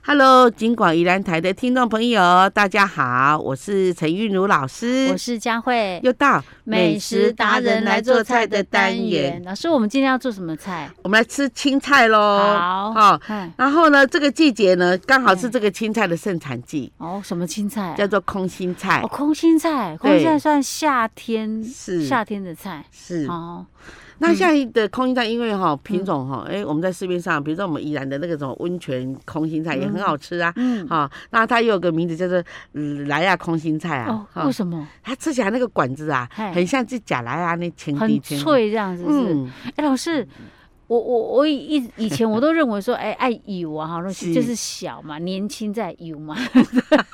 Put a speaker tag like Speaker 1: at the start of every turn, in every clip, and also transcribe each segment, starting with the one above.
Speaker 1: Hello，金广宜兰台的听众朋友，大家好，我是陈韵如老师
Speaker 2: 我，是佳慧，
Speaker 1: 又到元，
Speaker 2: 老师，我们今天要做什么菜？
Speaker 1: 我们来吃青菜喽。
Speaker 2: 好
Speaker 1: 哦好
Speaker 2: 嗯
Speaker 1: 然后呢，这个季节呢，刚好是这个青菜的盛产季，
Speaker 2: 哦，什么青菜啊？
Speaker 1: 叫做空心菜。
Speaker 2: 哦，空心菜，空心菜算夏天
Speaker 1: 是
Speaker 2: 夏天的菜。
Speaker 1: 是，
Speaker 2: 哦，
Speaker 1: 那现在的空心菜，因为哈、品种哈，
Speaker 2: 嗯
Speaker 1: 哎、我们在市面上，比如说我们宜兰的那个什么温泉空心菜也很好吃啊，
Speaker 2: 嗯，
Speaker 1: 哈、那它也有个名字叫做嗯莱亚空心菜啊
Speaker 2: 哦，，
Speaker 1: 哈
Speaker 2: 为什么
Speaker 1: 它吃起来那个管子啊，
Speaker 2: 嘿
Speaker 1: 很像是假莱亚那前
Speaker 2: 很
Speaker 1: 地嗯前地，
Speaker 2: 脆这样子？是。，哎，老师。
Speaker 1: 嗯
Speaker 2: 我我我以以前我都认为说， 哎，爱油啊，哈，
Speaker 1: 是
Speaker 2: 就是小嘛，年轻在油嘛，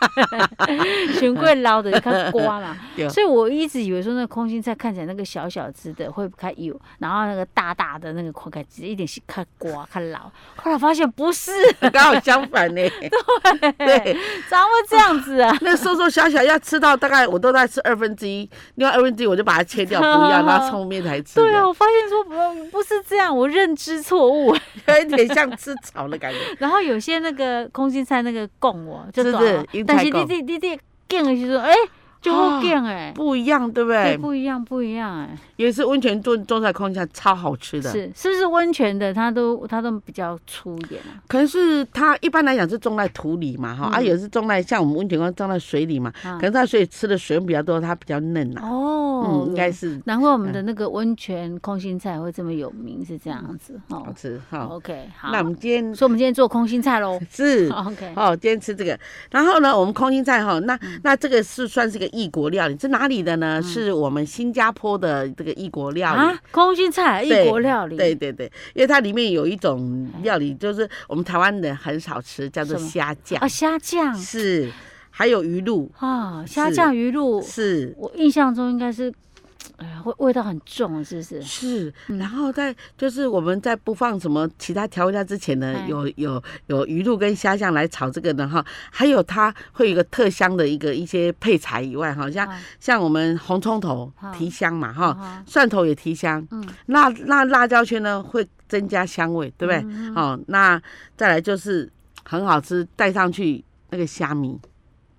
Speaker 2: 全贵捞的就看瓜嘛
Speaker 1: 对，
Speaker 2: 所以我一直以为说那空心菜看起来那个小小只的会开油，然后那个大大的那个看起来一点是看瓜看老，后来发现不是，
Speaker 1: 刚好相反 呢、对，
Speaker 2: 怎么会这样 子啊？
Speaker 1: 那瘦瘦小小要吃到大概我都在吃二分之一，另外二分之一我就把它切掉，不要，然后后面才吃的，
Speaker 2: 对啊，我发现说不不是这样，我认知错误。
Speaker 1: 有一点像吃草的感觉，
Speaker 2: 然后有些那个空心菜那个供我，就是短了
Speaker 1: 因
Speaker 2: 但
Speaker 1: 菜
Speaker 2: 是你
Speaker 1: 供
Speaker 2: 你你你见的时候，哎、就好见哎、
Speaker 1: 不一样，对不
Speaker 2: 对，
Speaker 1: 对？
Speaker 2: 不一样，不一样哎、
Speaker 1: 也是温泉炖中菜空心菜超好吃的，
Speaker 2: 是是不是温泉的，它都它都比较粗一点啊？
Speaker 1: 可能是它一般来讲是种在土里嘛，哈、啊，
Speaker 2: 嗯
Speaker 1: 也是种在像我们温泉关种在水里嘛，
Speaker 2: 啊
Speaker 1: 可能它所以吃的水分比较多，它比较嫩呐、
Speaker 2: 哦，
Speaker 1: 嗯，应该是嗯
Speaker 2: 难怪我们的那个温泉空心菜会这么有名，是这样子
Speaker 1: 好
Speaker 2: 哦。
Speaker 1: 吃哈。
Speaker 2: OK，好，
Speaker 1: 嗯那我们今天
Speaker 2: 所以我们今天做空心菜喽。
Speaker 1: 是
Speaker 2: OK，
Speaker 1: 哦，今天吃这个，然后呢，我们空心菜哈，那
Speaker 2: 嗯
Speaker 1: 那这个是算是个异国料理，这哪里的呢？是我们新加坡的这个异国料理
Speaker 2: 啊。，空心菜异
Speaker 1: 对
Speaker 2: 国料理，
Speaker 1: 对对对，因为它里面有一种料理，就是我们台湾人很少吃，叫做
Speaker 2: 什么
Speaker 1: 虾酱
Speaker 2: 啊，，虾酱
Speaker 1: 是，还有鱼露，
Speaker 2: 啊，虾
Speaker 1: 是
Speaker 2: 酱鱼露，
Speaker 1: 是
Speaker 2: 我印象中应该是，哎呀，味味道很重，是不是？
Speaker 1: 是，
Speaker 2: 嗯
Speaker 1: 然后在就是我们在不放什么其他调味料之前呢，
Speaker 2: 哎
Speaker 1: 有有有鱼露跟虾酱来炒这个呢哈，还有它会有一个特香的一个一些配材以外哈，像
Speaker 2: 啊
Speaker 1: 像我们红葱头
Speaker 2: 好
Speaker 1: 提香嘛
Speaker 2: 啊
Speaker 1: 哈，
Speaker 2: 哈
Speaker 1: 蒜头也提香，
Speaker 2: 嗯
Speaker 1: 辣辣辣椒圈呢会增加香味，对不对？
Speaker 2: 嗯
Speaker 1: 哦，那再来就是很好吃，带上去那个虾米，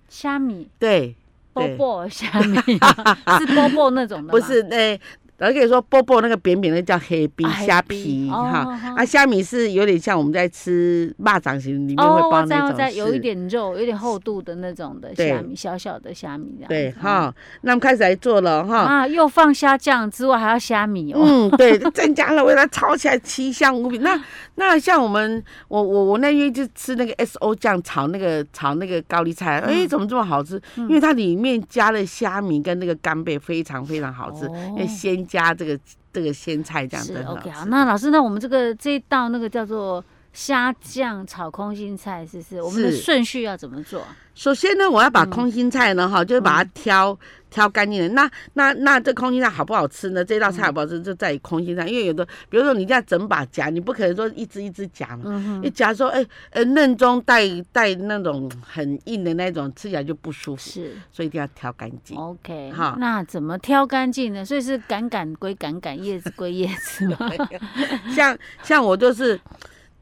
Speaker 2: 虾米，
Speaker 1: 对
Speaker 2: 波
Speaker 1: 对，
Speaker 2: 波虾米 啊是波波那种的吗，
Speaker 1: 不是哎那。老师跟你说，波波那个扁扁的叫黑冰
Speaker 2: 啊黑
Speaker 1: 虾
Speaker 2: 冰
Speaker 1: 皮
Speaker 2: 哦
Speaker 1: 哈，
Speaker 2: 哦
Speaker 1: 啊，虾米是有点像我们在吃蚂蚱型，里面会
Speaker 2: 哦，
Speaker 1: 包
Speaker 2: 我知道，
Speaker 1: 那
Speaker 2: 我
Speaker 1: 种
Speaker 2: 知
Speaker 1: 是，
Speaker 2: 道，有一点肉，有点厚度的那种的
Speaker 1: 对
Speaker 2: 虾米，小小的虾米这样。
Speaker 1: 对
Speaker 2: 嗯。
Speaker 1: 哈。那我们开始来做了哈。
Speaker 2: 啊，又放虾酱之外，还要虾米 哦。
Speaker 1: 嗯，对，增加了味道，炒起来奇香无比。 那那像我们，我我我那天就吃那个 S O 酱炒那个炒那个高丽菜，
Speaker 2: 嗯
Speaker 1: 哎、怎么这么好吃？因为它里面加了虾米跟那个干贝，非常非常好吃。因为
Speaker 2: 哦
Speaker 1: 先加这个这个鲜菜这样
Speaker 2: 是
Speaker 1: 子。
Speaker 2: OK 好，那老师，那我们这个这一道那个叫做虾酱炒空心菜，是不是？我们的
Speaker 1: 是
Speaker 2: 顺序要怎么做？
Speaker 1: 首先呢，我要把
Speaker 2: 嗯
Speaker 1: 空心菜呢，哈、就是把它挑、挑干净的。那那那这空心菜好不好吃呢？这
Speaker 2: 嗯
Speaker 1: 道菜好不好吃，就在于空心菜。因为有的，比如说你这样整把夹，你不可能说一只一只夹嘛。
Speaker 2: 嗯
Speaker 1: 一
Speaker 2: 哼，
Speaker 1: 夹说，哎、呃，嫩中带带那种很硬的那种，吃起来就不舒服，
Speaker 2: 是。
Speaker 1: 所以一定要挑干净。
Speaker 2: OK，
Speaker 1: 哈
Speaker 2: 那怎么挑干净呢？所以是杆杆归杆杆，叶子归叶子 嘛。
Speaker 1: 像像我就是，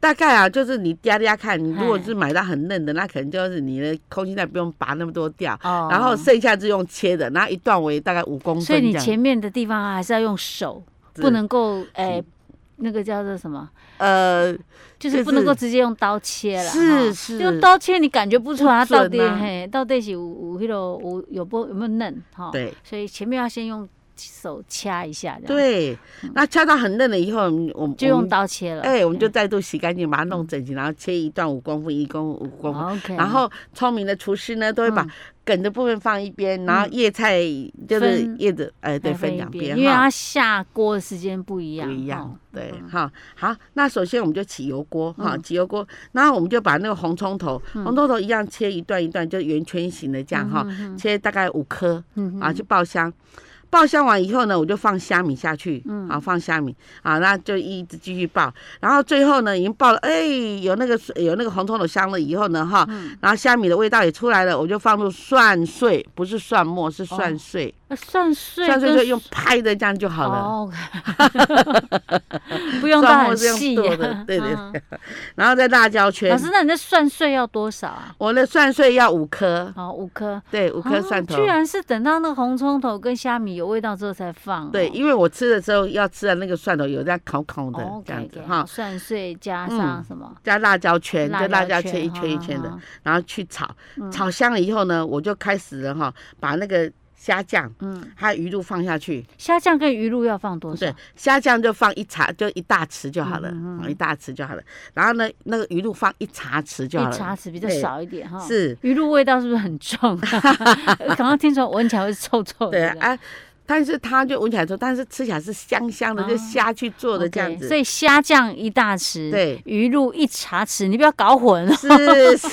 Speaker 1: 大概啊，就是你嗲嗲看，你如果
Speaker 2: 哎
Speaker 1: 是买到很嫩的，那可能就是你的空心菜不用拔那么多掉，
Speaker 2: 哦
Speaker 1: 然后剩下就用切的，那一段为大概五公分这
Speaker 2: 所以
Speaker 1: 样。
Speaker 2: 你前面的地方啊还是要用手，
Speaker 1: 是
Speaker 2: 不能够哎、那个叫做什么，
Speaker 1: 呃。
Speaker 2: 就是
Speaker 1: 就是
Speaker 2: 不能够直接用刀切了。
Speaker 1: 是
Speaker 2: 哈
Speaker 1: 是
Speaker 2: 用刀切你感觉不出来它
Speaker 1: 不准
Speaker 2: 到底、
Speaker 1: 啊
Speaker 2: 嘿到底是有有那种有有不有没有嫩哈。，
Speaker 1: 对
Speaker 2: 所以前面要先用手掐一下，哦这样
Speaker 1: 对，那敲到很嫩了以后，我们我们
Speaker 2: 就用。刀切
Speaker 1: 我
Speaker 2: 了。嗯
Speaker 1: 们哎、我们就再度洗干净，把它弄整齐，然后切一段五公分、一公五公分。
Speaker 2: OK，
Speaker 1: 然后聪明的厨师呢，都会把
Speaker 2: 嗯
Speaker 1: 梗的部分放一边，然后叶菜就是
Speaker 2: 分
Speaker 1: 叶子，哎、对，
Speaker 2: 再
Speaker 1: 分
Speaker 2: 一
Speaker 1: 两边
Speaker 2: 因为
Speaker 1: 哈
Speaker 2: 它下锅的时间不一样，
Speaker 1: 不一
Speaker 2: 哈
Speaker 1: 样。对，哈，好，那首先我们就起油锅哈，
Speaker 2: 嗯
Speaker 1: 起油锅，然后我们就把那个红葱头，红葱头一样切一段一段，就圆圈形的这样哈，切大概五颗，
Speaker 2: 嗯
Speaker 1: 啊，去爆香。爆香完以后呢，我就放虾米下去，
Speaker 2: 嗯
Speaker 1: 啊，放虾米，啊，那就一直继续爆，然后最后呢，已经爆了，哎、有那个水有那个红葱头香了以后呢，
Speaker 2: 嗯
Speaker 1: 哈，然后虾米的味道也出来了，我就放入蒜碎，不是蒜末，是蒜碎，
Speaker 2: 那呃蒜碎
Speaker 1: 蒜
Speaker 2: 跟
Speaker 1: 碎就用拍的这样就好了。
Speaker 2: 哦，OK 不用到
Speaker 1: 蒜末
Speaker 2: 很
Speaker 1: 是用
Speaker 2: 细
Speaker 1: 剁
Speaker 2: 呀、
Speaker 1: 的对对
Speaker 2: 嗯
Speaker 1: 然后在辣椒圈
Speaker 2: 老，师，那你的蒜碎要多少啊？
Speaker 1: 我的蒜碎要五颗，
Speaker 2: 哦，五颗，
Speaker 1: 对，五颗
Speaker 2: 哦
Speaker 1: 蒜头
Speaker 2: 居。然是等到那个红葱头跟虾米有味道之后才放哦、
Speaker 1: 对，因为我吃的时候要吃的那个蒜头有这样烤烤的
Speaker 2: 哦
Speaker 1: 这样子
Speaker 2: ，OK，OK，
Speaker 1: 哈，
Speaker 2: 蒜碎加上什么？
Speaker 1: 加辣椒圈，就辣椒
Speaker 2: 圈哦嗯
Speaker 1: 圈一圈一圈，的
Speaker 2: 哈，哈
Speaker 1: 然后去炒，
Speaker 2: 嗯
Speaker 1: 炒香了以后呢，我就开始了哈，把那个虾酱
Speaker 2: 嗯，
Speaker 1: 还有鱼露放下去，
Speaker 2: 虾酱跟鱼露要放多少
Speaker 1: 对？，虾酱就放一茶，就一大匙就好了，
Speaker 2: 嗯嗯嗯
Speaker 1: 一大匙就好了。然后呢，那个鱼露放一茶匙就好
Speaker 2: 一
Speaker 1: 了，
Speaker 2: 茶匙哦比较
Speaker 1: 对
Speaker 2: 少一点哈。
Speaker 1: 是，
Speaker 2: 鱼露味道是不是很重？啊 刚刚听说闻起来会臭臭的。
Speaker 1: 对
Speaker 2: 这样，
Speaker 1: 啊。但是它就闻起来臭，但是吃起来是香香的，就
Speaker 2: 哦
Speaker 1: 虾去做的这样
Speaker 2: OK，
Speaker 1: 子。
Speaker 2: 所以虾酱一大匙，
Speaker 1: 对，
Speaker 2: 鱼露一茶匙，你不要搞混哦。
Speaker 1: 是是，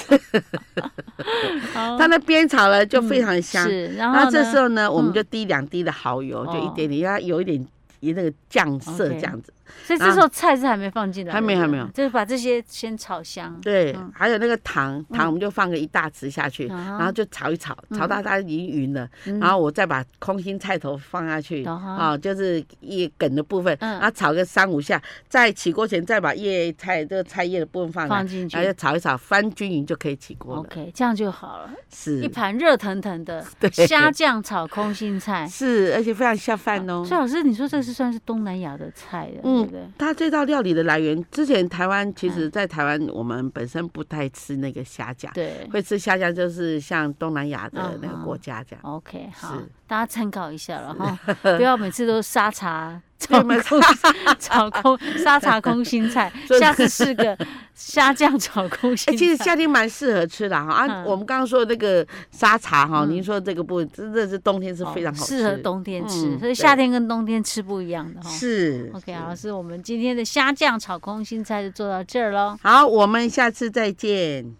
Speaker 1: 它
Speaker 2: 它
Speaker 1: 那边炒了就非常香。
Speaker 2: 嗯是，然
Speaker 1: 然后
Speaker 2: 后
Speaker 1: 这时
Speaker 2: 候
Speaker 1: 候呢，我们
Speaker 2: 嗯
Speaker 1: 就滴两滴的蚝油，就一
Speaker 2: 哦
Speaker 1: 点点，让它有一点那个酱色这
Speaker 2: OK
Speaker 1: 样子。
Speaker 2: 所以这时候菜是还没放进来的，
Speaker 1: 还没还没有
Speaker 2: 就是把这些先炒香。
Speaker 1: 对
Speaker 2: 嗯，
Speaker 1: 还有那个糖，糖我们就放个一大匙下去，
Speaker 2: 然
Speaker 1: 然后就炒一炒，炒到它匀匀了，
Speaker 2: 嗯
Speaker 1: 然后我再把空心菜头放下去，
Speaker 2: 哦哈
Speaker 1: 啊，就是叶梗的部分，
Speaker 2: 嗯
Speaker 1: 然后炒个三五下，在起锅前再把叶菜这个菜叶的部分放
Speaker 2: 放
Speaker 1: 来，
Speaker 2: 进去
Speaker 1: 然后就炒一炒，翻均匀就可以起锅了。
Speaker 2: ，OK，这样就好了。一
Speaker 1: 是
Speaker 2: 盘热腾腾的
Speaker 1: 对
Speaker 2: 虾酱炒空心菜。
Speaker 1: 是，而且非常下饭哦。
Speaker 2: 所以老师，你说这是算是东南亚的菜了，
Speaker 1: 嗯
Speaker 2: 对不对？
Speaker 1: 它这道料理的来源，之前台湾其实，在台湾我们本身不太吃那个虾酱，
Speaker 2: 嗯对
Speaker 1: 会吃虾酱就是像东南亚的那个
Speaker 2: 嗯哼
Speaker 1: 国家这样。
Speaker 2: ，OK，好
Speaker 1: 是，
Speaker 2: 大家参考一下了哈， 不要每次都沙茶炒
Speaker 1: 对没
Speaker 2: 空
Speaker 1: 错
Speaker 2: 炒空 沙茶空心菜
Speaker 1: 真，的
Speaker 2: 下次试个虾酱炒空
Speaker 1: 哎、
Speaker 2: 心菜。
Speaker 1: 其实夏天蛮适合吃的哈啊！
Speaker 2: 嗯
Speaker 1: 我们刚刚说的那个沙茶哈，您说这个部分真的是冬天是
Speaker 2: 哦
Speaker 1: 非常好吃，
Speaker 2: 适合冬天吃，
Speaker 1: 嗯
Speaker 2: 所以
Speaker 1: 对
Speaker 2: 夏天跟冬天吃不一样的哈。
Speaker 1: 是
Speaker 2: OK，
Speaker 1: 是
Speaker 2: 好老师，我们今天的虾酱炒空心菜就做到这儿喽。
Speaker 1: 好，我们下次再见。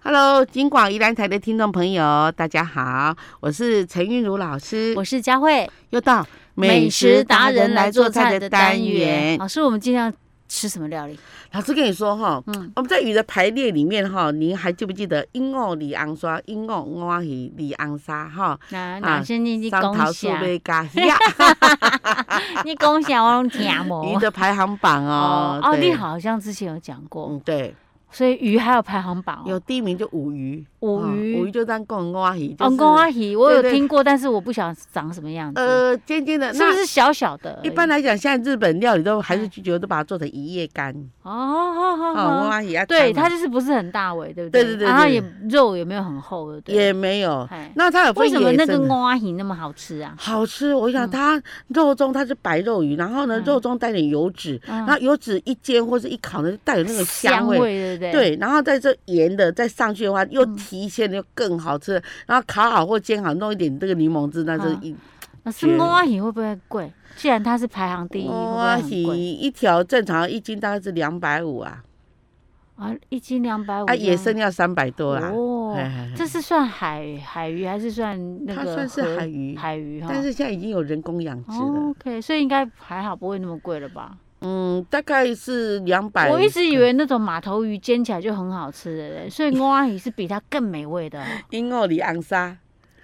Speaker 1: Hello，金广宜兰台的听众朋友，大家好，我是陈韵如老师
Speaker 2: 我，是佳慧，
Speaker 1: 又到
Speaker 2: 老师，我们今天要吃什么料理？
Speaker 1: 老师跟你说哈，
Speaker 2: 嗯
Speaker 1: 我们在鱼的排列里面哈，您还记不记得英澳里昂刷、英澳我鱼里昂沙哈？
Speaker 2: 那
Speaker 1: 啊
Speaker 2: 那先你你
Speaker 1: 三
Speaker 2: 恭
Speaker 1: 桃
Speaker 2: 喜
Speaker 1: 树
Speaker 2: 啊！
Speaker 1: 杯咖啡 呀，
Speaker 2: 你讲啥我拢听
Speaker 1: 鱼
Speaker 2: 无。
Speaker 1: 的排行榜哦
Speaker 2: 哦，。哦，
Speaker 1: 对
Speaker 2: 你，好像之前有讲过
Speaker 1: 嗯，，对，
Speaker 2: 所以鱼还有排行榜哦。
Speaker 1: 有第一名就五鱼，
Speaker 2: 五
Speaker 1: 哦
Speaker 2: 鱼
Speaker 1: 五鱼就当贡蛙鱼，就
Speaker 2: 哦，
Speaker 1: 是
Speaker 2: 公阿姨，我
Speaker 1: 对
Speaker 2: 有
Speaker 1: 对
Speaker 2: 听过，但是我不晓得长什么样子，
Speaker 1: 呃尖尖的，
Speaker 2: 是不
Speaker 1: 那
Speaker 2: 是小小的而已？
Speaker 1: 一般来讲，现在日本料理都还是
Speaker 2: 嗯
Speaker 1: 拒绝，都把它做成一夜干
Speaker 2: 哦，好好
Speaker 1: 哦，
Speaker 2: 好，
Speaker 1: 蛙鱼啊，
Speaker 2: 对，
Speaker 1: 它
Speaker 2: 它就是不是很大尾，对不
Speaker 1: 对
Speaker 2: 对
Speaker 1: 对对
Speaker 2: 然后
Speaker 1: 对
Speaker 2: 也肉也没有很厚，对不
Speaker 1: 也
Speaker 2: 对？
Speaker 1: 没有
Speaker 2: 哎。
Speaker 1: 那它有分
Speaker 2: 为什么
Speaker 1: 野
Speaker 2: 那个
Speaker 1: 生的
Speaker 2: 公阿姨那么好吃啊？
Speaker 1: 好吃，我想
Speaker 2: 嗯
Speaker 1: 它肉中它是白肉鱼，然后呢
Speaker 2: 嗯
Speaker 1: 肉中带点油脂，
Speaker 2: 嗯
Speaker 1: 那油脂一煎或是一烤呢，就带有那个香味。
Speaker 2: 对不对？
Speaker 1: 对，然后在这盐的再上去的话，
Speaker 2: 嗯
Speaker 1: 又提鲜又更好吃。然后烤好或煎好，弄一点这个柠檬汁，那就
Speaker 2: 啊
Speaker 1: 一
Speaker 2: 老
Speaker 1: 觉
Speaker 2: 师，
Speaker 1: 得
Speaker 2: 公阿姨会不会贵？既然它是排行第一，会不会
Speaker 1: 哇，
Speaker 2: 很贵？
Speaker 1: 一条正常一斤大概是两百五啊，
Speaker 2: 啊，一斤两百五，
Speaker 1: 啊野生要三百多啦。
Speaker 2: 哦
Speaker 1: 嘿嘿嘿
Speaker 2: 这是算海海鱼还是算那
Speaker 1: 嗯它
Speaker 2: 个河？
Speaker 1: 算是海鱼
Speaker 2: 海鱼哈。
Speaker 1: 但是现在已经有人工养殖
Speaker 2: 哦
Speaker 1: 了，
Speaker 2: OK，所以应该还好，不会那么贵了吧？
Speaker 1: 嗯，大概是两百。
Speaker 2: 我一直以为那种码头鱼煎起来就很好吃的人，所以阿姨是比它更美 味的哦。
Speaker 1: 英澳里昂沙，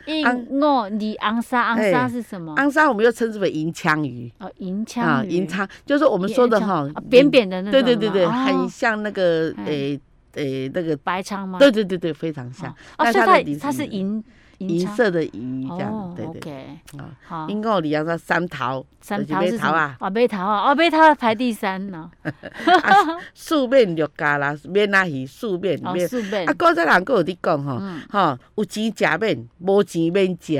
Speaker 2: 因
Speaker 1: 昂
Speaker 2: 我你昂沙昂
Speaker 1: 啊
Speaker 2: 沙
Speaker 1: 哎
Speaker 2: 是什么？
Speaker 1: 昂沙我们又称之为银枪鱼
Speaker 2: 哦，银
Speaker 1: 啊，
Speaker 2: 哦枪鱼。
Speaker 1: 银枪就是我
Speaker 2: 我
Speaker 1: 们说的哈，
Speaker 2: 扁扁的那种
Speaker 1: 对
Speaker 2: 吗。
Speaker 1: 对对对，
Speaker 2: 哦
Speaker 1: 很像那个
Speaker 2: 哎
Speaker 1: 诶诶那个，
Speaker 2: 白鲳吗？
Speaker 1: 对对对对，非常像
Speaker 2: 哦。哦，
Speaker 1: 但
Speaker 2: 所
Speaker 1: 它的
Speaker 2: 以
Speaker 1: 鳞
Speaker 2: 它它是
Speaker 1: 是
Speaker 2: 银
Speaker 1: 银
Speaker 2: 鲳
Speaker 1: 色的鱼这
Speaker 2: 哦
Speaker 1: 样，对对。
Speaker 2: OK，哦
Speaker 1: 啊
Speaker 2: 好。
Speaker 1: 英澳里昂沙三桃，
Speaker 2: 三
Speaker 1: 就是
Speaker 2: 桃
Speaker 1: 马
Speaker 2: 是什
Speaker 1: 头
Speaker 2: 么
Speaker 1: 啊？
Speaker 2: 哦，贝桃啊，哦，贝桃排第三 呢。
Speaker 1: 啊，素面肉加啦，面啊鱼，素面
Speaker 2: 哦，
Speaker 1: 面。
Speaker 2: 四贝
Speaker 1: 啊，。古早人佫有伫讲吼
Speaker 2: 嗯，
Speaker 1: 吼有钱食面，无钱免食，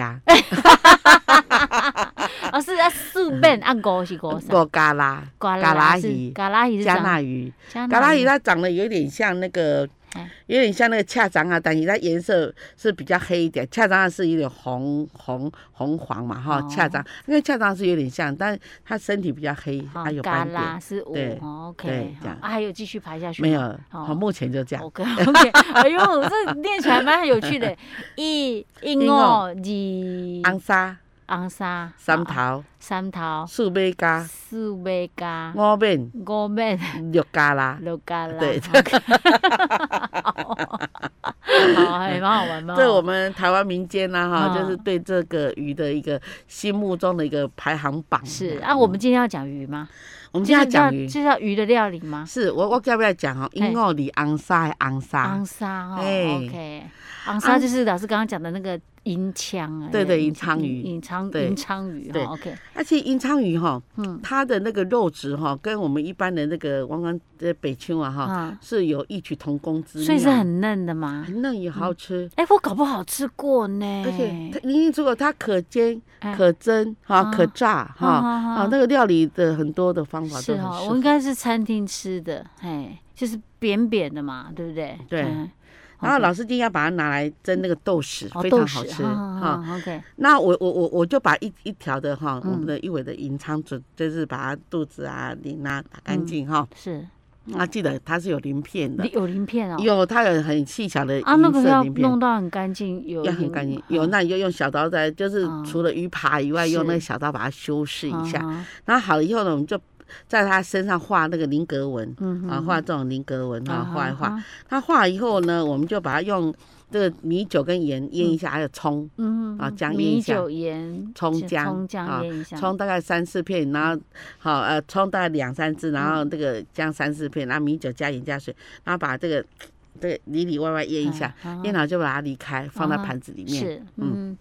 Speaker 2: 哦，是啊，四贝啊，五是五啥？
Speaker 1: 嗯五加呃啦，
Speaker 2: 嘎
Speaker 1: 嘎啦
Speaker 2: 是
Speaker 1: 鱼
Speaker 2: 嘎啦鱼是
Speaker 1: 加
Speaker 2: 啥？
Speaker 1: 纳鱼。
Speaker 2: 加
Speaker 1: 嘎啦鱼它长得有点像那个
Speaker 2: 哎，
Speaker 1: 有点像那个恰长啊，但是它颜色是比较黑一点，恰长啊是有点红红红黄嘛哈
Speaker 2: 哦，
Speaker 1: 恰长，因为恰长是有点像，但它身体比较黑，
Speaker 2: 好
Speaker 1: 它有
Speaker 2: 嘎
Speaker 1: 斑点，
Speaker 2: 哦啦是五
Speaker 1: 对
Speaker 2: 哦，OK，
Speaker 1: 对
Speaker 2: 好
Speaker 1: 这样
Speaker 2: 啊，还有继续排下去
Speaker 1: 没
Speaker 2: 吗
Speaker 1: 有，
Speaker 2: 哦
Speaker 1: 好，目前就这样。
Speaker 2: OK OK，哎 呦，这念起来蛮有趣的。一、一五、
Speaker 1: 昂
Speaker 2: 二、
Speaker 1: 沙、
Speaker 2: 红三、
Speaker 1: 三
Speaker 2: 啊、
Speaker 1: 头、
Speaker 2: 三头、
Speaker 1: 四尾加
Speaker 2: 四尾加、
Speaker 1: 五啊面、
Speaker 2: 五尾、
Speaker 1: 六加啦。
Speaker 2: 六加啦。
Speaker 1: 对
Speaker 2: OK 好，还蛮好玩，蛮好玩
Speaker 1: 对我们台湾民间呢，哈，
Speaker 2: 嗯
Speaker 1: 就是对这个鱼的一个心目中的一个排行榜。
Speaker 2: 是啊，我们今天要讲鱼吗？
Speaker 1: 嗯我们今天要讲鱼，
Speaker 2: 就是要鱼的料理吗？
Speaker 1: 是我我要不要讲哈？因奥里昂沙还昂沙，
Speaker 2: 昂沙哦
Speaker 1: 哎
Speaker 2: ，OK，昂沙就是老师刚刚讲的那个银枪啊，
Speaker 1: 对对
Speaker 2: 银
Speaker 1: 银鲳鱼
Speaker 2: 银鲳
Speaker 1: 对
Speaker 2: 银鲳鱼
Speaker 1: 对
Speaker 2: 哈，OK，
Speaker 1: 而且银鲳鱼哈，
Speaker 2: 嗯，
Speaker 1: 它的那个肉质哈，跟我们一般的那个刚刚的北青啊哈，
Speaker 2: 啊，
Speaker 1: 是有异曲同工之妙，
Speaker 2: 所以是很嫩的嘛。
Speaker 1: 很嫩也好吃。
Speaker 2: 哎，我搞不好吃过呢，
Speaker 1: 而且它，您如果它可煎、
Speaker 2: 哎
Speaker 1: 可蒸、哈、
Speaker 2: 啊
Speaker 1: 可炸、哈
Speaker 2: 啊啊
Speaker 1: 啊，那个料理的很多的方法
Speaker 2: 是
Speaker 1: 都
Speaker 2: 哈，
Speaker 1: 很
Speaker 2: 我
Speaker 1: 适合。
Speaker 2: 应该是餐厅吃的，哎，就是扁扁的嘛，对不对？
Speaker 1: 对
Speaker 2: 嗯
Speaker 1: 然后
Speaker 2: OK
Speaker 1: 老师今天要把它拿来蒸那个豆豉，
Speaker 2: 哦
Speaker 1: 非
Speaker 2: 豆
Speaker 1: 常好
Speaker 2: 豉
Speaker 1: 吃
Speaker 2: 哈
Speaker 1: 哈。
Speaker 2: 哈 OK，
Speaker 1: 那我我我我就把一一条的哈，
Speaker 2: 嗯
Speaker 1: 我们的一尾的银鲳准就是把它肚子啊、鳞啊打干净哈。
Speaker 2: 是
Speaker 1: 那记得它是有鳞片的
Speaker 2: 里，有嗯鳞片哦。
Speaker 1: 有它有很细小的
Speaker 2: 啊，那
Speaker 1: 银
Speaker 2: 个
Speaker 1: 色
Speaker 2: 要
Speaker 1: 鳞片
Speaker 2: 弄。到很干净，有
Speaker 1: 要很
Speaker 2: 鳞
Speaker 1: 干净，有那你就用小刀在，就是
Speaker 2: 啊
Speaker 1: 除了鱼扒以外，
Speaker 2: 是
Speaker 1: 用那个小刀把它修饰一下。，
Speaker 2: 啊
Speaker 1: 然后好了以后呢，我们就在它身上画那个菱格纹，
Speaker 2: 嗯
Speaker 1: 啊，
Speaker 2: 哼
Speaker 1: 画这种菱格纹啊，画一画。，
Speaker 2: 哈
Speaker 1: 它画了以后呢，我们就把它用这个米酒跟盐腌一下，还有葱，
Speaker 2: 嗯
Speaker 1: 啊姜腌一
Speaker 2: 米
Speaker 1: 下
Speaker 2: 酒、盐、
Speaker 1: 葱
Speaker 2: 姜
Speaker 1: 姜
Speaker 2: 葱
Speaker 1: 啊
Speaker 2: 姜腌一下，
Speaker 1: 葱大概三四片，然
Speaker 2: 嗯
Speaker 1: 后好呃，葱大概两三只，然后这个姜三四片，然后米酒加盐加水，然后把这个这个里里外外腌一下，
Speaker 2: 嗯，
Speaker 1: 腌好就把它离开，放在
Speaker 2: 啊
Speaker 1: 盘子里面。
Speaker 2: 是，嗯，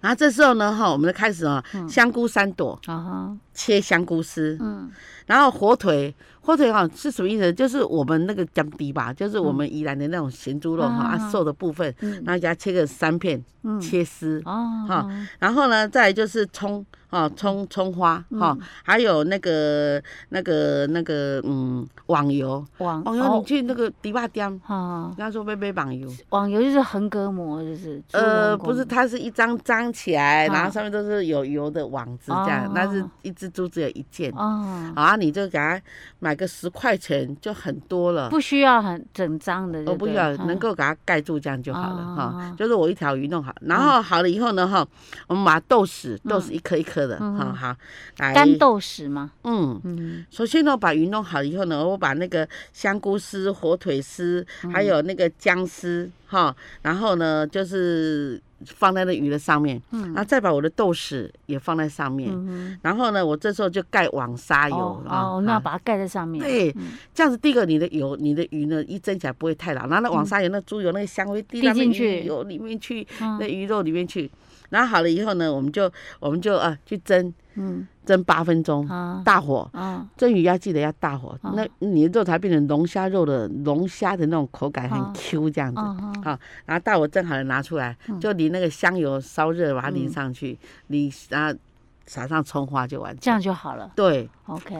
Speaker 1: 然后这时候呢，哈，我们就开始哦，香菇三朵
Speaker 2: 啊哈，
Speaker 1: 切香菇丝，
Speaker 2: 嗯，
Speaker 1: 然后火腿，火腿哈是什么意思？就是我们那个姜滴吧，就是我们宜兰的那种咸猪肉哈，
Speaker 2: 嗯啊
Speaker 1: 啊瘦的部分，
Speaker 2: 嗯
Speaker 1: 然后给它切个三片，
Speaker 2: 嗯
Speaker 1: 切丝。
Speaker 2: 哦，
Speaker 1: 哈然后呢，再来就是葱啊，葱葱花哈、还有那个那个那个嗯，网油，
Speaker 2: 网哦
Speaker 1: 网油哦你去那个迪吧店，
Speaker 2: 哈，
Speaker 1: 跟他说贝贝网油，
Speaker 2: 网油就是横膈膜，就是猪
Speaker 1: 呃，
Speaker 2: 横膈
Speaker 1: 不是，
Speaker 2: 膜
Speaker 1: 它是一张张起来，然
Speaker 2: 啊
Speaker 1: 后上面都是有油的网子这样
Speaker 2: 哦，
Speaker 1: 那是一只猪只有一件，
Speaker 2: 哦，
Speaker 1: 好啊，你就给它买个十块钱就很多了。
Speaker 2: 不需要很整张的
Speaker 1: 哦
Speaker 2: 就对了，嗯
Speaker 1: 我不需要，
Speaker 2: 哈
Speaker 1: 能够给它盖住这样就好了
Speaker 2: 啊
Speaker 1: 哈。就是我一条鱼弄好，然后好了以后呢哈，我们把豆豉豆豉一颗一颗的
Speaker 2: 嗯
Speaker 1: 哈好，来
Speaker 2: 干豆豉吗？
Speaker 1: 嗯。
Speaker 2: 嗯，
Speaker 1: 首先呢，把鱼弄好以后呢，我把那个香菇丝、火腿丝，
Speaker 2: 嗯
Speaker 1: 还有那个姜丝，哈，然后呢，就是放在那鱼的上面，
Speaker 2: 嗯
Speaker 1: 然后再把我的豆豉也放在上面，
Speaker 2: 嗯哼
Speaker 1: 然后呢，我这时候就盖网沙油
Speaker 2: 哦
Speaker 1: 啊
Speaker 2: 哦，那
Speaker 1: 啊
Speaker 2: 把它盖在上面，
Speaker 1: 对
Speaker 2: 嗯，
Speaker 1: 这样子，第一个你的油，你的鱼呢，一蒸起来不会太老，然后那网沙油、那猪油、那个香味滴
Speaker 2: 滴
Speaker 1: 到那
Speaker 2: 进
Speaker 1: 鱼
Speaker 2: 去
Speaker 1: 油里面去，
Speaker 2: 嗯
Speaker 1: 那鱼肉里面去，然后好了以后呢，我们就我们就啊去蒸，
Speaker 2: 嗯
Speaker 1: 蒸八分钟，
Speaker 2: 啊
Speaker 1: 大火。
Speaker 2: 啊，
Speaker 1: 蒸鱼要记得要大火，
Speaker 2: 啊
Speaker 1: 那你的肉才变成龙虾肉的龙虾的那种口感，
Speaker 2: 啊
Speaker 1: 很 Q 这样子。
Speaker 2: 啊哈
Speaker 1: 好，然后大火蒸好了拿出来，就淋那个香油烧热，把它淋
Speaker 2: 嗯
Speaker 1: 上去，淋然后撒上葱花就完
Speaker 2: 这
Speaker 1: 成。
Speaker 2: 样就好了。
Speaker 1: 对，
Speaker 2: OK，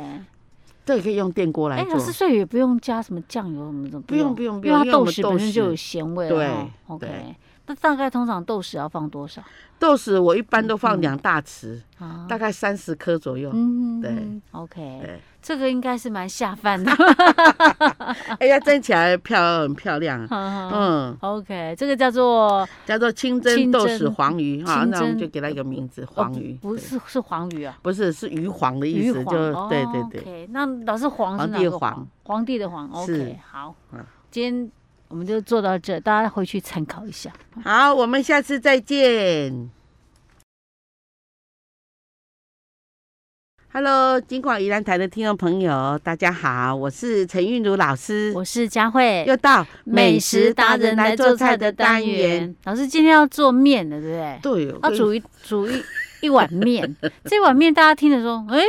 Speaker 1: 这也可以用电锅来
Speaker 2: 哎，
Speaker 1: 做
Speaker 2: 老。师，所以也不用加什么酱油什么的，
Speaker 1: 不用不用不
Speaker 2: 因
Speaker 1: 用，
Speaker 2: 为它
Speaker 1: 因为我
Speaker 2: 豆
Speaker 1: 们
Speaker 2: 豉
Speaker 1: 豆
Speaker 2: 本身就有
Speaker 1: 豉
Speaker 2: 咸味
Speaker 1: 对
Speaker 2: 了哈。OK，
Speaker 1: 对
Speaker 2: 那大概通常豆豉要放多少
Speaker 1: 豆豉我一般都放两大匙，
Speaker 2: 啊？
Speaker 1: 大概三十颗左右。
Speaker 2: 嗯，
Speaker 1: 对
Speaker 2: 嗯，OK，
Speaker 1: 对
Speaker 2: 这个应该是蛮下饭的。啊
Speaker 1: 哎呀，蒸起来漂很漂亮。
Speaker 2: 嗯
Speaker 1: 嗯，
Speaker 2: ，OK，这个叫做
Speaker 1: 叫做清
Speaker 2: 清
Speaker 1: 蒸豆豉
Speaker 2: 蒸
Speaker 1: 黄鱼哈，
Speaker 2: 清
Speaker 1: 那我们
Speaker 2: 蒸
Speaker 1: 就给它一个名字，
Speaker 2: 哦
Speaker 1: 黄鱼。
Speaker 2: 不
Speaker 1: 对
Speaker 2: 是是黄鱼啊，
Speaker 1: 不是，是鱼黄的意
Speaker 2: 鱼
Speaker 1: 思，
Speaker 2: 黄。
Speaker 1: 就
Speaker 2: 哦
Speaker 1: 对对对，
Speaker 2: 对。那老师黄是
Speaker 1: 皇
Speaker 2: 哪
Speaker 1: 帝
Speaker 2: 个
Speaker 1: 的
Speaker 2: 黄
Speaker 1: 皇？
Speaker 2: 皇帝的皇。OK，
Speaker 1: 是
Speaker 2: 好
Speaker 1: 嗯，
Speaker 2: 今天我们就做到这，大家回去参考一下。
Speaker 1: 好，我们下次再见。Hello，金广宜兰台的听众朋友，大家好，我是陈韵如老师，
Speaker 2: 我是佳慧，
Speaker 1: 又到
Speaker 2: 美食达人来做菜的单元。。老师今天要做面的，对不对？
Speaker 1: 对哦，
Speaker 2: 要
Speaker 1: 跟
Speaker 2: 煮一煮一一碗 面，这碗面大家听着说，哎、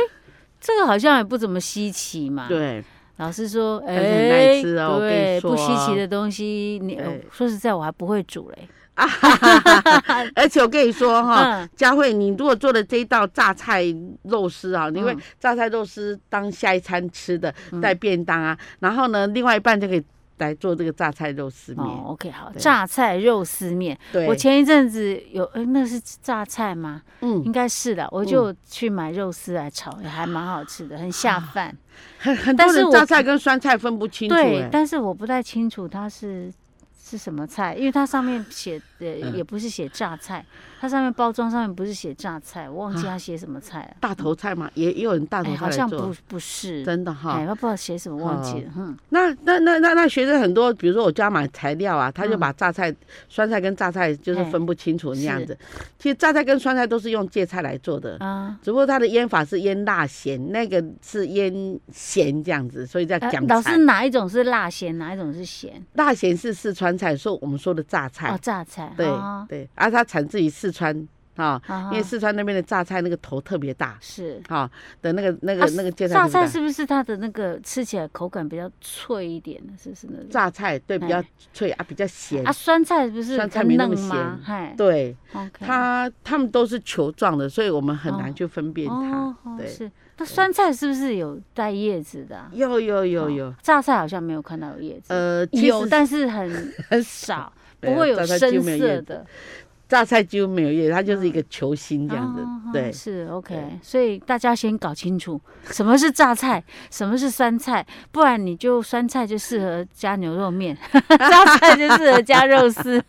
Speaker 2: 这个好像也不怎么稀奇嘛。
Speaker 1: 对，
Speaker 2: 老师说，哎、
Speaker 1: 是很耐吃哦我跟你
Speaker 2: 对，
Speaker 1: 说
Speaker 2: 不稀奇的东西，你、呃
Speaker 1: 对
Speaker 2: 说实在我还不会煮嘞。
Speaker 1: 而且我跟你说哈、
Speaker 2: 嗯，
Speaker 1: 佳慧，你如果做的这一道榨菜肉丝啊，你会
Speaker 2: 嗯
Speaker 1: 榨菜肉丝当下一餐吃的，带便当啊，然后呢，另外一半就可以来做这个榨菜肉丝面。
Speaker 2: 哦，OK，好，
Speaker 1: 对
Speaker 2: 榨菜肉丝面，
Speaker 1: 对，
Speaker 2: 我前一阵子有，哎、那是榨菜吗？
Speaker 1: 嗯
Speaker 2: 应该是的，我就去买肉丝来炒，也还蛮好吃的，很下饭。
Speaker 1: 很很
Speaker 2: 但
Speaker 1: 多
Speaker 2: 是
Speaker 1: 人
Speaker 2: 我
Speaker 1: 榨菜跟酸菜分不清楚、
Speaker 2: 对
Speaker 1: 欸，。
Speaker 2: 但是我不太清楚它是是什么菜，因为它上面写的
Speaker 1: 嗯
Speaker 2: 也不是写榨菜，它上面包装上面不是写榨菜，我忘记它写什么菜了。
Speaker 1: 大头菜嘛，也也有人啊大头
Speaker 2: 哎，
Speaker 1: 菜
Speaker 2: 好
Speaker 1: 来
Speaker 2: 像
Speaker 1: 做
Speaker 2: 不，不是，
Speaker 1: 真的哈哦
Speaker 2: 哎，。他不知道写什么，忘记了。嗯，
Speaker 1: 那那那那那学生很多，比如说我叫他买材料啊，
Speaker 2: 嗯
Speaker 1: 他就把榨菜、酸菜跟榨菜就是
Speaker 2: 哎
Speaker 1: 分不清楚那样子。其实榨菜跟酸菜都是用芥菜来做的，
Speaker 2: 啊，
Speaker 1: 只不过它的腌法是腌辣咸，那个是腌咸这样子，所以叫
Speaker 2: 呃
Speaker 1: 讲
Speaker 2: 老
Speaker 1: 菜
Speaker 2: 师。哪一种是辣咸，哪一种是咸？
Speaker 1: 辣咸是四川菜，说我们说的榨菜，
Speaker 2: 哦，榨菜。
Speaker 1: 对、
Speaker 2: 啊
Speaker 1: 对，而、它产自于四川啊，
Speaker 2: 啊
Speaker 1: 因为四川那边的榨菜那个头特别大
Speaker 2: 是
Speaker 1: 啊的那个那个、
Speaker 2: 啊
Speaker 1: 那个芥菜
Speaker 2: 榨
Speaker 1: 特别大
Speaker 2: 菜是不是它的那个吃起来口感比较脆一点？是不是那种？
Speaker 1: 榨菜对比较
Speaker 2: 哎
Speaker 1: 脆啊，比较咸
Speaker 2: 啊，，酸菜不是
Speaker 1: 酸菜
Speaker 2: 比
Speaker 1: 没
Speaker 2: 较
Speaker 1: 那么
Speaker 2: 嫩吗
Speaker 1: 咸？
Speaker 2: 嗨，
Speaker 1: 对。
Speaker 2: OK，
Speaker 1: 它它们都是球状的，所以我们很难
Speaker 2: 哦
Speaker 1: 去分辨它。
Speaker 2: 哦，哦
Speaker 1: 对
Speaker 2: 是。那酸菜是不是有带叶子的啊？
Speaker 1: 有有有
Speaker 2: 哦
Speaker 1: 有，
Speaker 2: 榨菜好像没有看到有叶子，
Speaker 1: 呃，其
Speaker 2: 有
Speaker 1: 实
Speaker 2: 但是很很少，
Speaker 1: 没
Speaker 2: 不会
Speaker 1: 有
Speaker 2: 有
Speaker 1: 榨菜几
Speaker 2: 深
Speaker 1: 乎没有叶
Speaker 2: 色
Speaker 1: 子
Speaker 2: 的
Speaker 1: 榨菜几乎没有叶，它就是一个球心这样子。
Speaker 2: 嗯哦
Speaker 1: 对，
Speaker 2: 是 OK
Speaker 1: 对。
Speaker 2: 所以大家先搞清楚什么是榨菜，什么是酸菜，不然你就酸菜就适合加牛肉面， 榨菜就适合加 肉丝。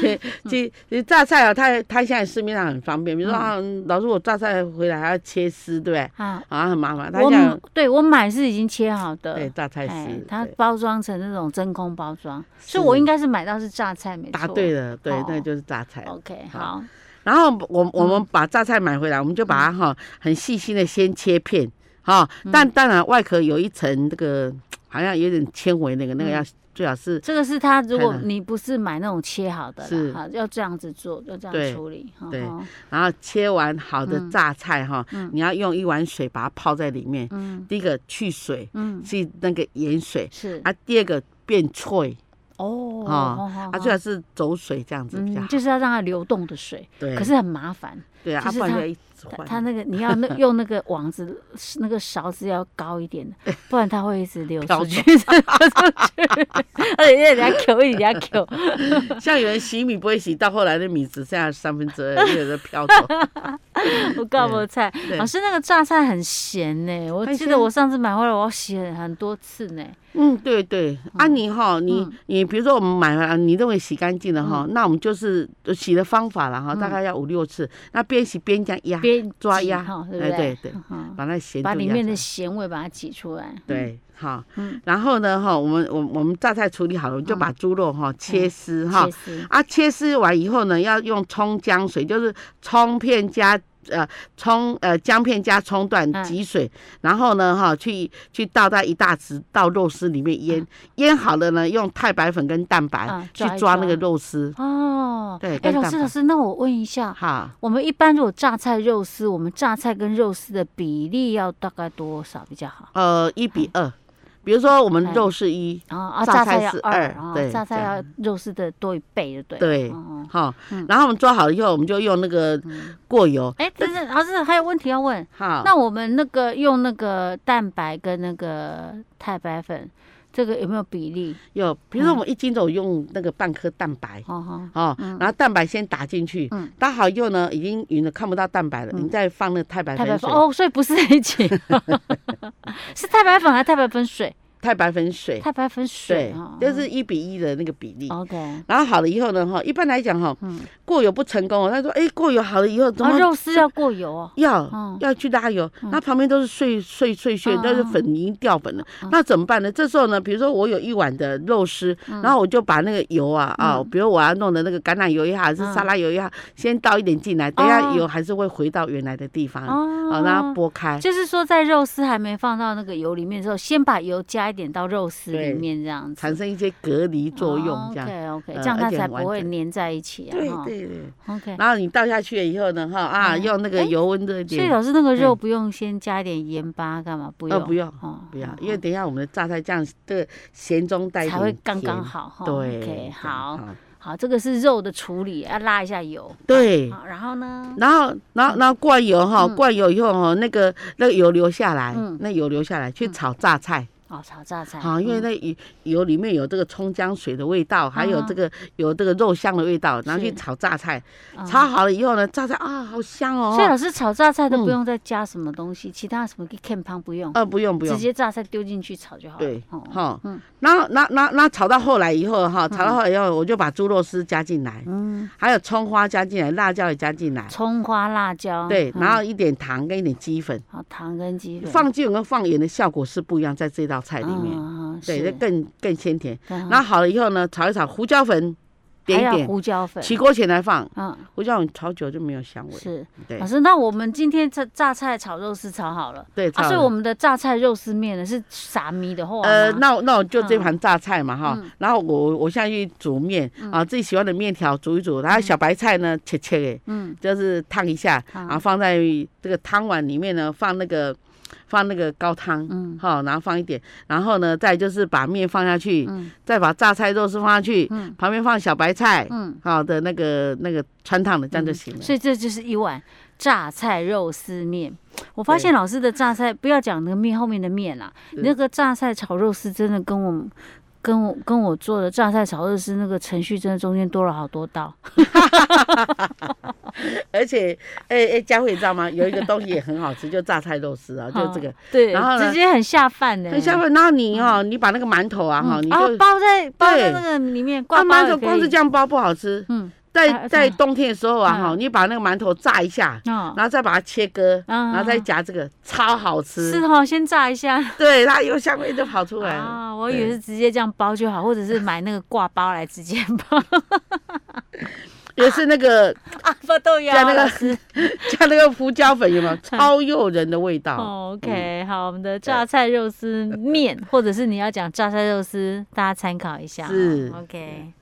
Speaker 1: 其
Speaker 2: 嗯
Speaker 1: 其其实榨菜啊，它它现在市面上很方便，比如说
Speaker 2: 嗯
Speaker 1: 啊，老师我榨菜回来还要切丝，对不对？
Speaker 2: 啊，
Speaker 1: 啊，很麻烦。它
Speaker 2: 我
Speaker 1: 现在
Speaker 2: 买对我买是已经切好的，
Speaker 1: 对榨菜
Speaker 2: 哎
Speaker 1: 丝，，
Speaker 2: 它
Speaker 1: 对
Speaker 2: 包装成那种真空包装，所以
Speaker 1: 是
Speaker 2: 我应该是买到是榨菜，没错。
Speaker 1: 答对了，对，那
Speaker 2: 哦
Speaker 1: 就是榨菜。
Speaker 2: OK，
Speaker 1: 好
Speaker 2: 好，
Speaker 1: 然后我我们把榨菜买回来，我们就把它
Speaker 2: 嗯
Speaker 1: 哈很细心的先切片哈，但当然外壳有一层这个好像有点纤维那个
Speaker 2: 嗯
Speaker 1: 那个要最好是
Speaker 2: 这个是它，如果
Speaker 1: 看了
Speaker 2: 你不是买那种切好的
Speaker 1: 是
Speaker 2: 啦，哈，要这样子做，要这
Speaker 1: 对
Speaker 2: 样处理。哈
Speaker 1: 对
Speaker 2: 哈
Speaker 1: 然后切完好的榨菜哈，你要用一碗水把它泡在里面。
Speaker 2: 嗯
Speaker 1: 第一个去水
Speaker 2: 嗯，
Speaker 1: 是那个盐水
Speaker 2: 是
Speaker 1: 啊，第二个变脆
Speaker 2: 哦，
Speaker 1: 啊
Speaker 2: 好好
Speaker 1: 啊，最好是走水这样子比较
Speaker 2: 嗯，
Speaker 1: 好。
Speaker 2: 就是要让它流动的水，
Speaker 1: 对，
Speaker 2: 可是很麻烦，
Speaker 1: 对啊，啊
Speaker 2: 就是
Speaker 1: 不然
Speaker 2: 它
Speaker 1: 就一直
Speaker 2: 它
Speaker 1: 换。
Speaker 2: 它那个你要那用那个网子，那个勺子要高一点的，不然它会一 直流
Speaker 1: 飘
Speaker 2: 出去，流出去， 而 且人家 Q 一直人家 Q，
Speaker 1: 像有人洗米不会洗，到后来的米只剩下三分之二，又有人飘走。
Speaker 2: 我告不菜
Speaker 1: 对，哎
Speaker 2: 老师那个榨菜很咸呢，我
Speaker 1: 很
Speaker 2: 记得
Speaker 1: 咸
Speaker 2: 我上次买回来我要洗很多次呢，
Speaker 1: 嗯，对对，啊你哈，你
Speaker 2: 嗯
Speaker 1: 你比如说我们买回啊来，你认为洗干净了哈，那我们就是呃洗的方法了哈，大概要五六次，那边洗边这样压，
Speaker 2: 嗯边
Speaker 1: 抓
Speaker 2: 挤
Speaker 1: 鸭
Speaker 2: 哈，对
Speaker 1: 哎
Speaker 2: 不对？
Speaker 1: 对对
Speaker 2: 嗯
Speaker 1: 把那咸
Speaker 2: 把
Speaker 1: 度
Speaker 2: 里
Speaker 1: 压
Speaker 2: 面
Speaker 1: 出
Speaker 2: 的
Speaker 1: 来
Speaker 2: 咸味把它挤出来，
Speaker 1: 对，好
Speaker 2: 嗯，
Speaker 1: 然后呢哈，我们我们我们榨菜处理好了，我们就把猪肉哈切丝哈
Speaker 2: 嗯切，丝，
Speaker 1: 啊切丝完以后呢，要用葱姜水，就是葱片加。呃，葱呃姜片加葱段
Speaker 2: 嗯
Speaker 1: 挤水，然后呢哈去去倒到一大匙到肉丝里面腌，腌好了呢用太白粉跟蛋白、
Speaker 2: 嗯
Speaker 1: 去
Speaker 2: 抓一
Speaker 1: 抓那个
Speaker 2: 抓
Speaker 1: 肉丝，
Speaker 2: 哦，
Speaker 1: 对
Speaker 2: 哎，
Speaker 1: 跟
Speaker 2: 老
Speaker 1: 蛋
Speaker 2: 师
Speaker 1: 白
Speaker 2: 老师，那我问一下，
Speaker 1: 好，
Speaker 2: 我们一般如果榨菜肉丝，我们榨菜跟肉丝的比例要大概多少比较好？
Speaker 1: 呃一比二，比如说我们
Speaker 2: 嗯哎
Speaker 1: 肉是一，
Speaker 2: 然后啊，
Speaker 1: 榨
Speaker 2: 榨
Speaker 1: 菜
Speaker 2: 菜要
Speaker 1: 是
Speaker 2: 二，
Speaker 1: 二
Speaker 2: 然后
Speaker 1: 对
Speaker 2: 榨菜
Speaker 1: 这样
Speaker 2: 要肉丝的多一倍，就对了。
Speaker 1: 对
Speaker 2: 哦，
Speaker 1: 哈，然后我们抓好了以后，我们就用那个过油，
Speaker 2: 哎，真的，老师还有问题要问。
Speaker 1: 好，
Speaker 2: 那我们那个用那个蛋白跟那个太白粉，这个有没有比例？
Speaker 1: 有，比
Speaker 2: 嗯
Speaker 1: 如说我们一斤肉用那个半颗蛋白，
Speaker 2: 哦哈，
Speaker 1: 哦，然后蛋白先打进去
Speaker 2: 嗯，
Speaker 1: 打好以后呢，已经匀了，看不到蛋白了，你再放那个太白
Speaker 2: 太白
Speaker 1: 粉
Speaker 2: 粉
Speaker 1: 水，
Speaker 2: 哦，所以不是在 一起， 是太白粉还是太白粉水？
Speaker 1: 太白粉水，
Speaker 2: 太白粉水
Speaker 1: 对
Speaker 2: 哦，，
Speaker 1: 就是一比一的那个比例。
Speaker 2: OK。哦
Speaker 1: 然后好了以后呢，哈，一般来讲哈，过油不成功哦，他说，哎，过油好了以后怎
Speaker 2: 然后
Speaker 1: 么
Speaker 2: 嗯肉丝要过油 哦，
Speaker 1: 要
Speaker 2: 嗯
Speaker 1: 要去拉油，那旁边都是碎碎碎屑，都是粉已经掉粉了，
Speaker 2: 嗯
Speaker 1: 那怎么办呢？这时候呢，比如说我有一碗的肉丝，
Speaker 2: 嗯
Speaker 1: 然后我就把那个油啊啊，比如我要弄的那个橄榄油也好，还是沙拉油也好，先倒一点进来，等一下
Speaker 2: 嗯哦
Speaker 1: 油还是会回到原来的地方，啊好
Speaker 2: 哦
Speaker 1: 让它拨开。
Speaker 2: 就是说，在肉丝还没放到那个油里面的时候，先把油加一点到肉丝
Speaker 1: 对
Speaker 2: 里面，这样子哦
Speaker 1: 产生一些隔离作用，这样。
Speaker 2: OK
Speaker 1: 呃
Speaker 2: OK，这样它
Speaker 1: 而且
Speaker 2: 才
Speaker 1: 很
Speaker 2: 不
Speaker 1: 完
Speaker 2: 会
Speaker 1: 整
Speaker 2: 粘在一起啊。
Speaker 1: 对
Speaker 2: 哈
Speaker 1: 对对，
Speaker 2: OK，
Speaker 1: 然后你倒下去了以后呢，哈啊，
Speaker 2: 嗯
Speaker 1: 用那个
Speaker 2: 哎
Speaker 1: 油温热一
Speaker 2: 所以
Speaker 1: 点，
Speaker 2: 老师那个
Speaker 1: 对
Speaker 2: 肉不用先加一点盐巴干嘛？不
Speaker 1: 呃，
Speaker 2: 用，
Speaker 1: 不用
Speaker 2: 哦
Speaker 1: 不要，因为等一下我们的榨菜酱的咸中带一
Speaker 2: 才会
Speaker 1: 点
Speaker 2: 刚刚
Speaker 1: 甜
Speaker 2: 好哈。
Speaker 1: 对
Speaker 2: OK，
Speaker 1: 对
Speaker 2: 好，好，这个是肉的处理，要拉一下油。
Speaker 1: 对。
Speaker 2: 好，嗯然后呢？
Speaker 1: 然后，然后，然后灌油哈，灌油以后哈，那个那个油流下来
Speaker 2: 嗯，
Speaker 1: 那油流下来去炒榨菜，
Speaker 2: 哦，炒榨菜，
Speaker 1: 好，因为
Speaker 2: 嗯
Speaker 1: 那油油里面有这个葱姜水的味道，还有这个有这个肉香的味道，然后去
Speaker 2: 啊是
Speaker 1: 炒榨菜，
Speaker 2: 嗯
Speaker 1: 炒好了以后呢，榨菜啊，好香哦
Speaker 2: 所以。老师炒榨菜
Speaker 1: 嗯
Speaker 2: 都不用再加什么东西，其他什么 can 汤不用，
Speaker 1: 呃，不用不
Speaker 2: 直
Speaker 1: 用，
Speaker 2: 接榨菜丢进去炒就好了。
Speaker 1: 对，
Speaker 2: 哦，
Speaker 1: 哈
Speaker 2: 嗯，
Speaker 1: 然后那那那炒到后来以后哈，炒到后来以后，我就把猪肉丝加进来，
Speaker 2: 嗯，
Speaker 1: 还有葱花加进来，辣椒也加进来，
Speaker 2: 葱花、辣椒，
Speaker 1: 对，
Speaker 2: 嗯
Speaker 1: 然后一点糖跟一点鸡粉，
Speaker 2: 好糖跟鸡粉
Speaker 1: 放进跟放盐的效果是不一样，在这道菜里面，
Speaker 2: 嗯嗯
Speaker 1: 对，
Speaker 2: 是
Speaker 1: 就更更鲜甜。
Speaker 2: 嗯
Speaker 1: 然后好了以后呢，炒一炒，胡椒粉点
Speaker 2: 还
Speaker 1: 一
Speaker 2: 要
Speaker 1: 点，
Speaker 2: 胡椒粉，
Speaker 1: 起锅前来放，
Speaker 2: 嗯，
Speaker 1: 胡椒粉炒久就没有香味。
Speaker 2: 是
Speaker 1: 对
Speaker 2: 老师，那我们今天榨榨菜炒肉丝炒好了，
Speaker 1: 对，
Speaker 2: 啊，
Speaker 1: 炒
Speaker 2: 所以
Speaker 1: 了
Speaker 2: 我们的榨菜肉丝面呢是撒米的话吗，
Speaker 1: 呃，那我那我就这
Speaker 2: 嗯
Speaker 1: 盘榨菜嘛哈，然后我我现在去煮面
Speaker 2: 嗯
Speaker 1: 啊，自己喜欢的面条煮一煮，然后小白菜呢切切的，
Speaker 2: 嗯，
Speaker 1: 就是烫一下，
Speaker 2: 好
Speaker 1: 然后放在这个汤碗里面呢，放那个放那个高汤，嗯，好，然后放一点，然后呢再就是把面放下去，
Speaker 2: 嗯
Speaker 1: 再把榨菜肉丝放下去，
Speaker 2: 嗯
Speaker 1: 旁边放小白菜，
Speaker 2: 嗯，
Speaker 1: 好的那个那个穿烫的这样就行了。
Speaker 2: 所以这就是一碗榨菜肉丝面。我发现老师的榨菜，不要讲那个面后面的面啦，
Speaker 1: 对
Speaker 2: 你那个榨菜炒肉丝真的跟我们。跟我跟我做的榨菜炒肉丝那个程序，真的中间多了好多道。
Speaker 1: 而且，哎、哎，佳慧你知道吗？有一个东西也很好吃，就榨菜肉丝 啊，就这个。
Speaker 2: 对，
Speaker 1: 然后呢
Speaker 2: 直接很下饭的，
Speaker 1: 很下饭，那你哦，你把那个馒头啊，哈，
Speaker 2: 嗯
Speaker 1: 你
Speaker 2: 啊
Speaker 1: 就
Speaker 2: 包在包在
Speaker 1: 对啊
Speaker 2: 那个里面挂
Speaker 1: 那
Speaker 2: 包
Speaker 1: 馒
Speaker 2: 也
Speaker 1: 头
Speaker 2: 可
Speaker 1: 光是
Speaker 2: 以
Speaker 1: 这样包不好吃，
Speaker 2: 嗯
Speaker 1: 在
Speaker 2: 啊
Speaker 1: 在
Speaker 2: 嗯
Speaker 1: 冬天的时候啊，哈，
Speaker 2: 嗯
Speaker 1: 你把那个馒头炸一下，
Speaker 2: 啊，
Speaker 1: 然后再把它切割，
Speaker 2: 嗯
Speaker 1: 然后再夹这个，超好
Speaker 2: 是
Speaker 1: 吃。
Speaker 2: 哦，先炸一下。
Speaker 1: 对，它油香味就跑出来了。
Speaker 2: 啊，我以为
Speaker 1: 对
Speaker 2: 是直接这样包就好，或者是买那个挂包来直接 包
Speaker 1: 也是那个
Speaker 2: 啊，不豆 芽
Speaker 1: 加那
Speaker 2: 老
Speaker 1: 个
Speaker 2: 师
Speaker 1: 加那个胡椒粉，有
Speaker 2: 嗯
Speaker 1: 没有超诱人的味道？
Speaker 2: 哦 OK，好，我们的榨菜肉丝面，或者是你要讲榨菜肉丝，大家参考一下啊。
Speaker 1: 是
Speaker 2: OK。